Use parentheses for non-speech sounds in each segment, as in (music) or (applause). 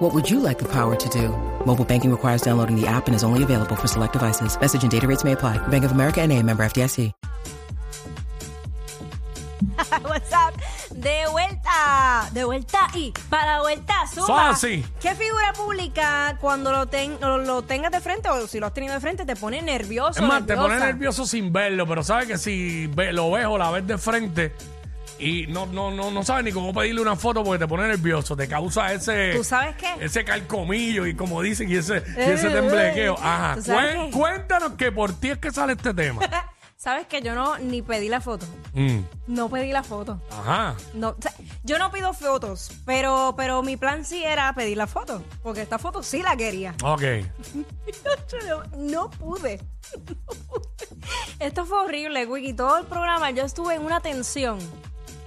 What would you like the power to do? Mobile banking requires downloading the app and is only available for select devices. Message and data rates may apply. Bank of America and a member FDIC. WhatsApp de vuelta, de vuelta y para vuelta Son suba. así. ¿Qué figura pública cuando lo, ten- lo, lo tengas de frente o si lo has tenido de frente te pone nervioso? Es más, te pone nerviosa? nervioso sin verlo, pero sabes que si ve- lo ves o la ves de frente y no, no, no, no sabes ni cómo pedirle una foto porque te pone nervioso, te causa ese. ¿Tú sabes qué? Eh, Ese calcomillo y como dicen, y ese, y ese temblequeo. Ajá. ¿Tú sabes Cuen- qué? cuéntanos que por ti es que sale este (laughs) tema. ¿Sabes que yo no ni pedí la foto? Mm, No pedí la foto. Ajá. No, o sea, yo no pido fotos, pero, pero mi plan sí era pedir la foto, porque esta foto sí la quería. Ok. Yo no- no pude. (laughs) Esto fue horrible, Wiki. Todo el programa yo estuve en una tensión.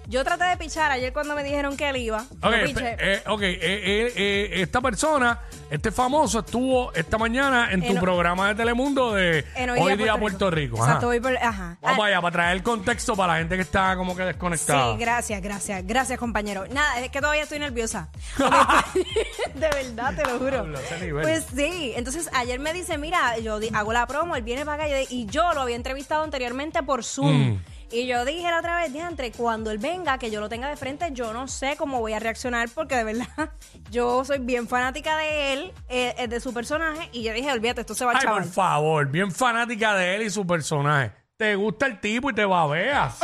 Yo traté de pichar ayer cuando me dijeron que él iba. No Ok, piché. pe- eh, ok, eh, eh, eh, esta persona, este famoso, estuvo esta mañana en tu En o- programa de Telemundo de En Hoy Día Puerto Rico. Ajá. Exacto, hoy por- ajá. Vamos Ah, allá, para traer el contexto para la gente que está como que desconectada. Sí, gracias, gracias, gracias, compañero. Nada, es que todavía estoy (laughs) nerviosa. (laughs) de verdad, te lo juro. Diablo, ese nivel. Pues sí, entonces ayer me dice, mira, yo di- hago la promo, él viene para acá y, y yo lo había entrevistado anteriormente por Zoom. Mm. Y yo dije la otra vez, diantre, cuando él venga, que yo lo tenga de frente, yo no sé cómo voy a reaccionar porque de verdad (laughs) yo soy bien fanática de él, eh, eh, de su personaje, y yo dije, olvídate, esto se va a Ay, por chaval. favor, bien fanática de él y su personaje. Te gusta el tipo y (laughs) te babeas.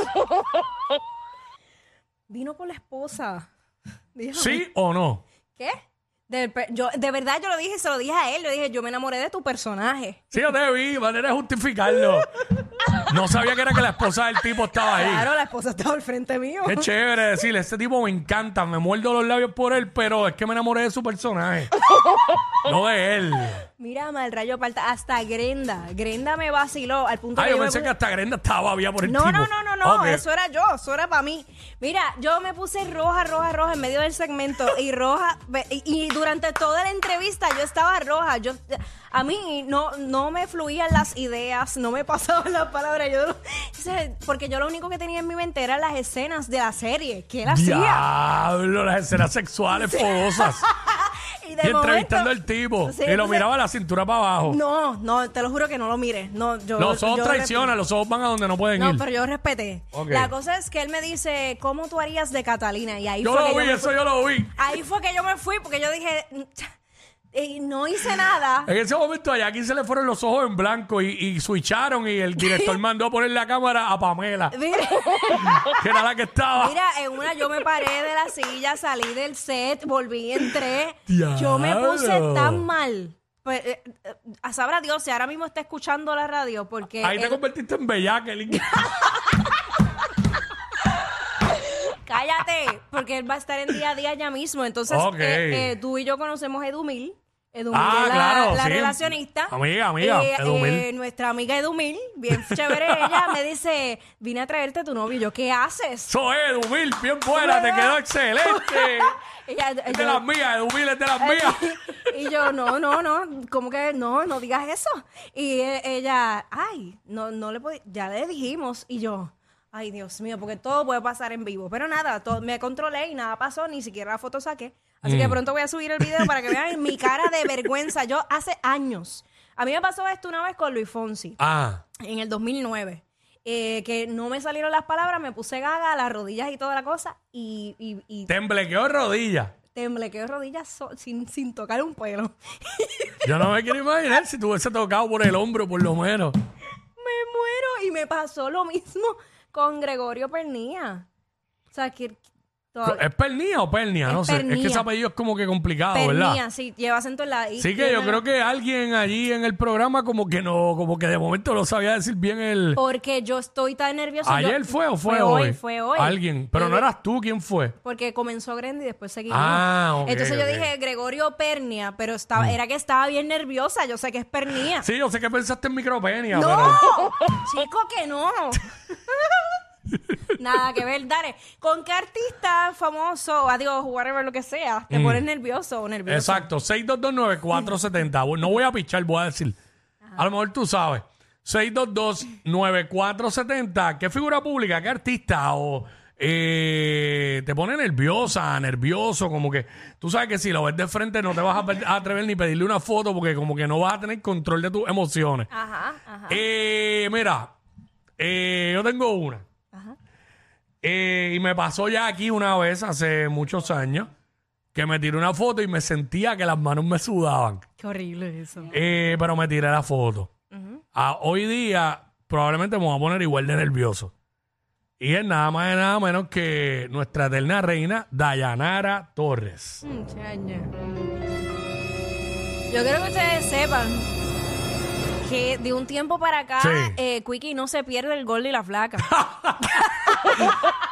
Vino por la esposa. Dijo, ¿Sí o no? ¿Qué? Del pe- yo, de verdad, yo lo dije, se lo dije a él. Yo dije, yo me enamoré de tu personaje. Sí, yo te vi, manera de justificarlo. No sabía que era que la esposa del tipo estaba ahí. Claro, la esposa estaba al frente mío. Qué chévere decirle, este tipo me encanta, me muerdo los labios por él, pero es que me enamoré de su (laughs) personaje. No de él. Mira, mal rayo parta. Hasta Grenda. Grenda me vaciló al punto Ay, que yo yo me pensé puse- que hasta Grenda estaba babía por el No, tipo. no, no, no, no. Ok. Eso era yo, eso era para mí. Mira, yo me puse roja, roja, roja en medio del (laughs) segmento y roja. ve- Y, y durante toda la entrevista yo estaba roja. Yo, a mí no, no me fluían las ideas, no me pasaban las palabras. Yo, no- o sea, porque yo lo único que tenía en mi mente eran las escenas de la serie que él hacía. Diablo, las escenas sexuales fogosas. Y, Y de entrevistando al momento- tipo. Sí, y lo entonces- miraba la cintura para abajo. No, no, te lo juro que no lo mires. No, yo, los ojos yo- traicionan, los ojos van a donde no pueden No, ir. pero yo respeté. Ok. La cosa es que él me dice, ¿cómo tú harías de Catalina? Y ahí yo fue lo que vi, yo me eso fui. yo lo vi. Ahí fue que yo me fui porque yo dije, "Eh, no hice (laughs) nada. En ese momento a Jackie se le fueron los ojos en blanco y, y switcharon y el (laughs) director mandó a poner la cámara a Pamela, Mira, que era la que estaba. mira, en una yo me paré de la silla, salí del set, volví, entré. Diablo. Yo me puse tan mal. Pues, eh, eh, sabrá Dios si ahora mismo está escuchando la radio porque... Ahí te él- convertiste en bellaca. (laughs) el inglés. Cállate, porque él va a estar en día a día ya mismo. Entonces, Ok. eh, eh, tú y yo conocemos a Edumil. Edumil Ah, es la, claro, la sí. relacionista. Eh, Amiga, amiga, Edumil. nuestra amiga Edumil, bien chévere ella, me dice, vine a traerte a tu novio. Y yo, ¿qué haces? Eso es, Edumil, bien buena, te quedó (laughs) excelente. Ella- Es de yo- las mías, Edumil es de las mías. (laughs) y yo, no, no, no, ¿cómo que no? No digas eso. Y eh, ella, ay, no, no le podía, ya le dijimos. Y yo, ay, Dios mío, porque todo puede pasar en vivo. Pero nada, todo- me controlé y nada pasó, ni siquiera la foto saqué. Así que pronto voy a subir el video para que vean mi cara de vergüenza. Yo hace años, a mí me pasó esto una vez con Luis Fonsi Ah, en el 2009, eh, que no me salieron las palabras, me puse gaga, las rodillas y toda la cosa, y, y, y temblequeó en rodillas. temblequeo rodillas so- sin, sin tocar un pelo. Yo no me quiero imaginar si te hubiese tocado por el hombro, por lo menos. me (laughs) muero. Y me pasó lo mismo con Gregorio Pernía. O sea, que Todo- ¿Es Pernía o Pernia? Es No sé. Es que Pernía. ese apellido es como que complicado, ¿verdad? Pernía, sí, lleva acento en la I. Así que yo creo que alguien allí en el programa como que no, como que de momento no sabía decir bien el... Porque yo estoy tan nerviosa. ¿Ayer Oh, yo- fue o fue, hoy? Fue hoy. Eh, Alguien. Pero no eras tú, ¿quién fue? Porque comenzó Grendy y después seguimos. Ah, ok, Entonces yo ok. Mm. dije Gregorio Pernia, pero estaba, era que estaba bien nerviosa. Yo sé que es Pernia. Sí, yo sé que pensaste en micropenia, ¡No! pero... (laughs) ¡Chico, que no! (laughs) Nada que ver, dale. ¿Con qué artista famoso, o adiós, whatever, lo que sea, te pones nervioso o nervioso? Mm. Exacto, 6229470. Voy- No voy a pichar, voy a decir. A lo mejor tú sabes. 6229470. ¿Qué figura pública, qué artista o eh, te pone nerviosa, nervioso? Como que tú sabes que si lo ves de frente no te vas a pe- a atrever ni pedirle una foto porque como que no vas a tener control de tus emociones. Ajá, ajá. Eh, mira, eh, yo tengo una. Eh, y me pasó ya aquí una vez hace muchos años que me tiré una foto y me sentía que las manos me sudaban. Qué horrible eso. Eh, pero me tiré la foto. Ah, hoy día probablemente me voy a poner igual de nervioso. Y es nada más y nada menos que nuestra eterna reina Dayanara Torres. Mm, chaña. Yo creo que ustedes sepan que de un tiempo para acá, Sí. eh, Quickie no se pierde el gol y la flaca.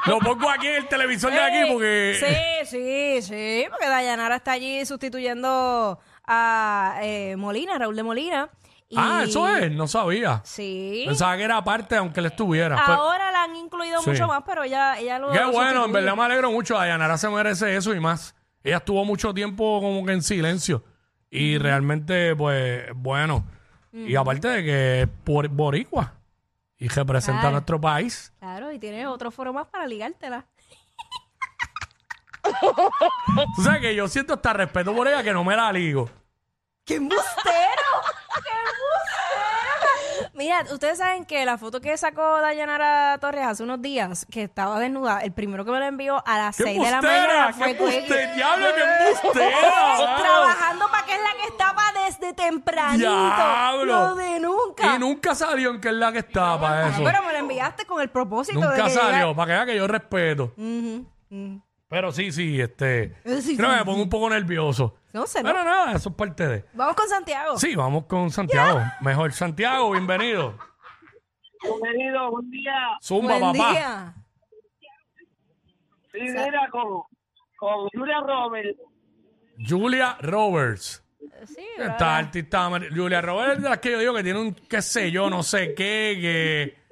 Lo pongo aquí en el televisor de aquí porque... Sí, sí, sí, porque Dayanara está allí sustituyendo a eh, Molina, Raúl de Molina. y- Ah, eso es, no sabía. Sí. Ah, Pensaba que era aparte aunque le estuviera. pero- Ahora la han incluido Sí. mucho más, pero ella, ella lo. Qué lo bueno, en sustituye. verdad me alegro mucho. Dayanara se merece eso y más. Ella estuvo mucho tiempo como que en silencio. Y realmente, pues, bueno. Y aparte de que es por- boricua y representa a Claro. nuestro país. Claro, y tienes otro foro más para ligártela. Tú sabes que yo siento hasta respeto por ella que no me la ligo. ¡Qué embustero! ¡Qué embustero! Mira, ustedes saben que la foto que sacó Dayanara Torres hace unos días, que estaba desnuda, el primero que me la envió a las ¡Qué 6 de la embustera! mañana fue ¡Qué (laughs) embustera! Quickie. ¡Diablo, qué embustera! Trabajando para que es la que estaba desde tempranito. ¡Diablo! Lo de nunca. Ah, Y nunca salió en qué es la que está para eso. Pero me la enviaste con el propósito de Nunca que salió, llegara- para que vea que yo respeto. Pero sí, sí, este. Eh, sí, creo sí, que me pongo un poco nervioso. No sé, ¿no? Pero nada, eso es parte de. Vamos con Santiago. Sí, vamos con Santiago. Mejor Santiago, bienvenido. Bienvenido, buen día. Zumba, Buen papá. día. Sí, mira, con, con Julia Robert. Julia Roberts. Sí, Esta artista, amer- Julia Roberts, de las que yo digo que tiene un qué sé yo, no sé qué, que.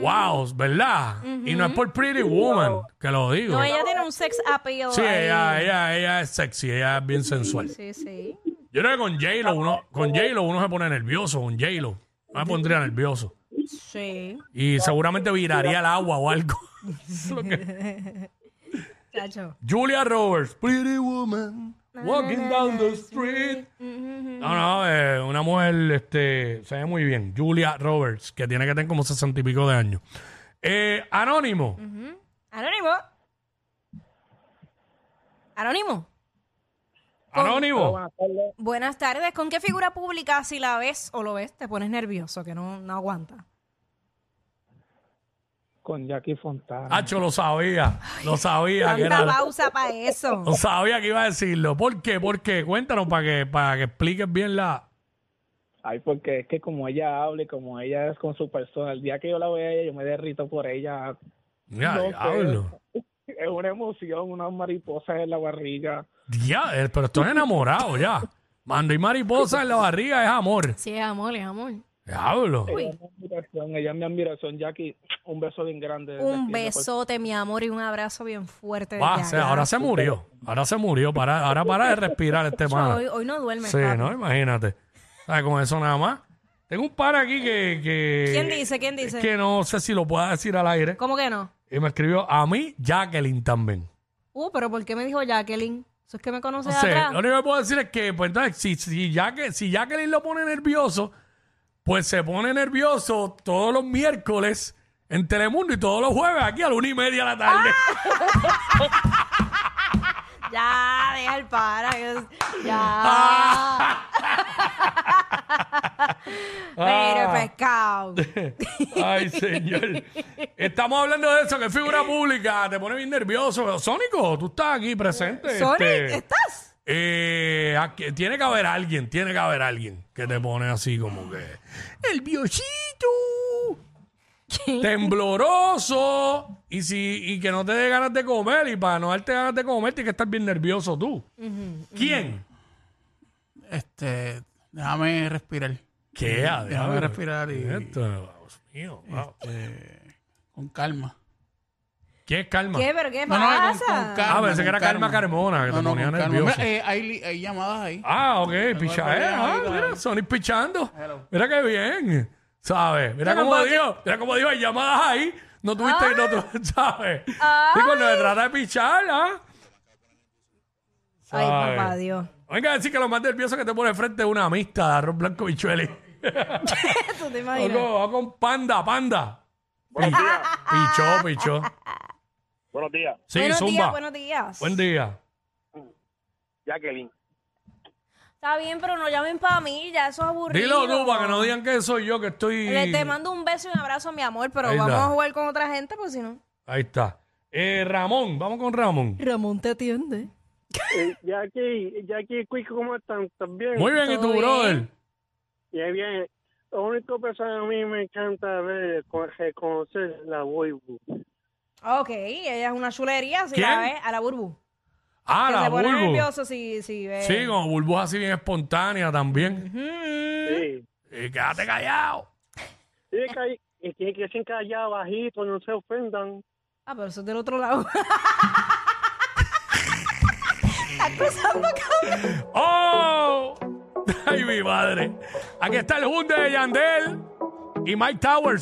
Wow, ¿verdad? Y no es por Pretty Woman, que lo digo. No, ella tiene un sex appeal. Sí, ahí. ella, ella, ella es sexy, ella es bien sensual. Sí, sí. Yo creo que con J-Lo uno, con J-Lo uno se pone nervioso, con J-Lo. No me pondría nervioso. Sí. Y seguramente viraría el agua o algo. (laughs) Lo que- Chacho. Julia Roberts, Pretty Woman, Walking Down the Street. No, no, eh, una mujer este, se ve muy bien. Julia Roberts, que tiene que tener como sesenta y pico de años. Eh, Anónimo. Anónimo. Anónimo. Anónimo. Buenas tardes. Buenas tardes. ¿Con qué figura pública, si la ves o lo ves, te pones nervioso, que no, no aguanta? Con Jackie Fontana. Hacho, lo sabía. Lo sabía. que Tanta era- pausa para eso. No sabía que iba a decirlo. ¿Por qué? ¿Por qué? Cuéntanos para que, para que expliques bien la. Ay, porque es que como ella habla y como ella es con su persona, el día que yo la vea a ella, yo me derrito por ella. Ya, No sé. diablo. Es una emoción, unas mariposas en la barriga. Ya, eh, pero estoy enamorado ya. Mando y mariposa en la barriga es amor. Sí, es amor, es amor. Diablo. Ella es mi admiración, ella es mi admiración. Jackie, un beso bien grande. desde aquí, Un de parte- besote, mi amor, y un abrazo bien fuerte. pues. Va, desde se- acá. ahora se murió. Ahora se murió. Para, ahora para de respirar (laughs) este Chacho, man. hoy, hoy no duerme. Sí, papi. ¿no? Imagínate. ¿Sabes? Con eso nada más. Tengo un par aquí que. que- ¿Quién dice? ¿Quién dice? Es que no sé si lo pueda decir al aire. ¿Cómo que no? Y me escribió a mí, Jacqueline también. Uh, pero ¿por qué me dijo Jacqueline? ¿Eso es que me conoce No de sé, atrás? lo único que puedo decir es que, pues entonces, si, si, Jaque- si Jacqueline lo pone nervioso, pues se pone nervioso todos los miércoles en Telemundo y todos los jueves aquí a la una y media de la tarde. Ah. (laughs) Ya, deja el para. que- Ya. Mire, Ah. (laughs) pescado. Ay, señor. Estamos hablando de eso, que figura pública. Te pone bien nervioso. Sónico, tú estás aquí presente. Sonic, este, ¿estás? eh, aquí- tiene que haber alguien, tiene que haber alguien que te pone así como que. El biosito. Tembloroso. Y si, y que no te dé ganas de comer. Y para no darte ganas de comer, tienes que estar bien nervioso tú. ¿Quién? Este, déjame respirar. ¿Qué? Ah, Déjame diablo. respirar y Esto, Dios mío. wow. Eh, con calma. ¿Quién es Calma? ¿Qué? ¿Pero qué No, no, con, con pasa? calma. Ah, pensé que con era Karma Carmona, que te ponía con eh. calma. nervioso. Mira, eh, hay, li- hay llamadas ahí. Ah, ok, picha, eh. problema, Ah, ahorita. mira, Sonic pichando. Mira qué bien, ¿sabes? Mira cómo dijo, mira cómo dijo, hay llamadas ahí. No tuviste, Ah. no tu- (laughs) ¿sabes? Y cuando se trata de pichar, ¿ah? Ay, Ay. papá Dios. (laughs) Venga a decir que lo más nervioso que te pone frente es una amistad de arroz blanco (laughs) bichueli. ¿Tú te O con, imaginas? o con panda, panda. Buenos días, Pichó, pichó. buenos días, Sí, buenos zumba. días, buenos días. Buen día. Jacqueline. Está bien, pero no llamen para mí, ya eso es aburrido. Dilo tú, para que no digan que soy yo que estoy... Le te mando un beso y un abrazo, mi amor, pero Ahí vamos está. a jugar con otra gente, pues si no. Ahí está. Eh, Ramón, vamos con Ramón. Ramón te atiende. Eh, Jackie, Jackie, Cuico, ¿cómo están? ¿Estás bien? Muy bien, ¿y Todo tu bien. brother? Ya bien. Lo único que pasa a mí me encanta ver, con- reconocer la Weibo. Ok, ella es una chulería, si la ¿Quién? ves, a la burbu. Ah, que la se pone Bulbo. nervioso Eh. si, si ve. Sí, como burbuja así bien espontánea también. Sí. Y quédate callado. Tiene que, hay- y tiene que ser callado, bajito, no se ofendan. Ah, pero eso es del otro lado. (laughs) Estás cruzando, cabrón. ¡Oh! (laughs) ¡Ay, mi madre! Aquí está el Hunde de Yandel y Mike Towers.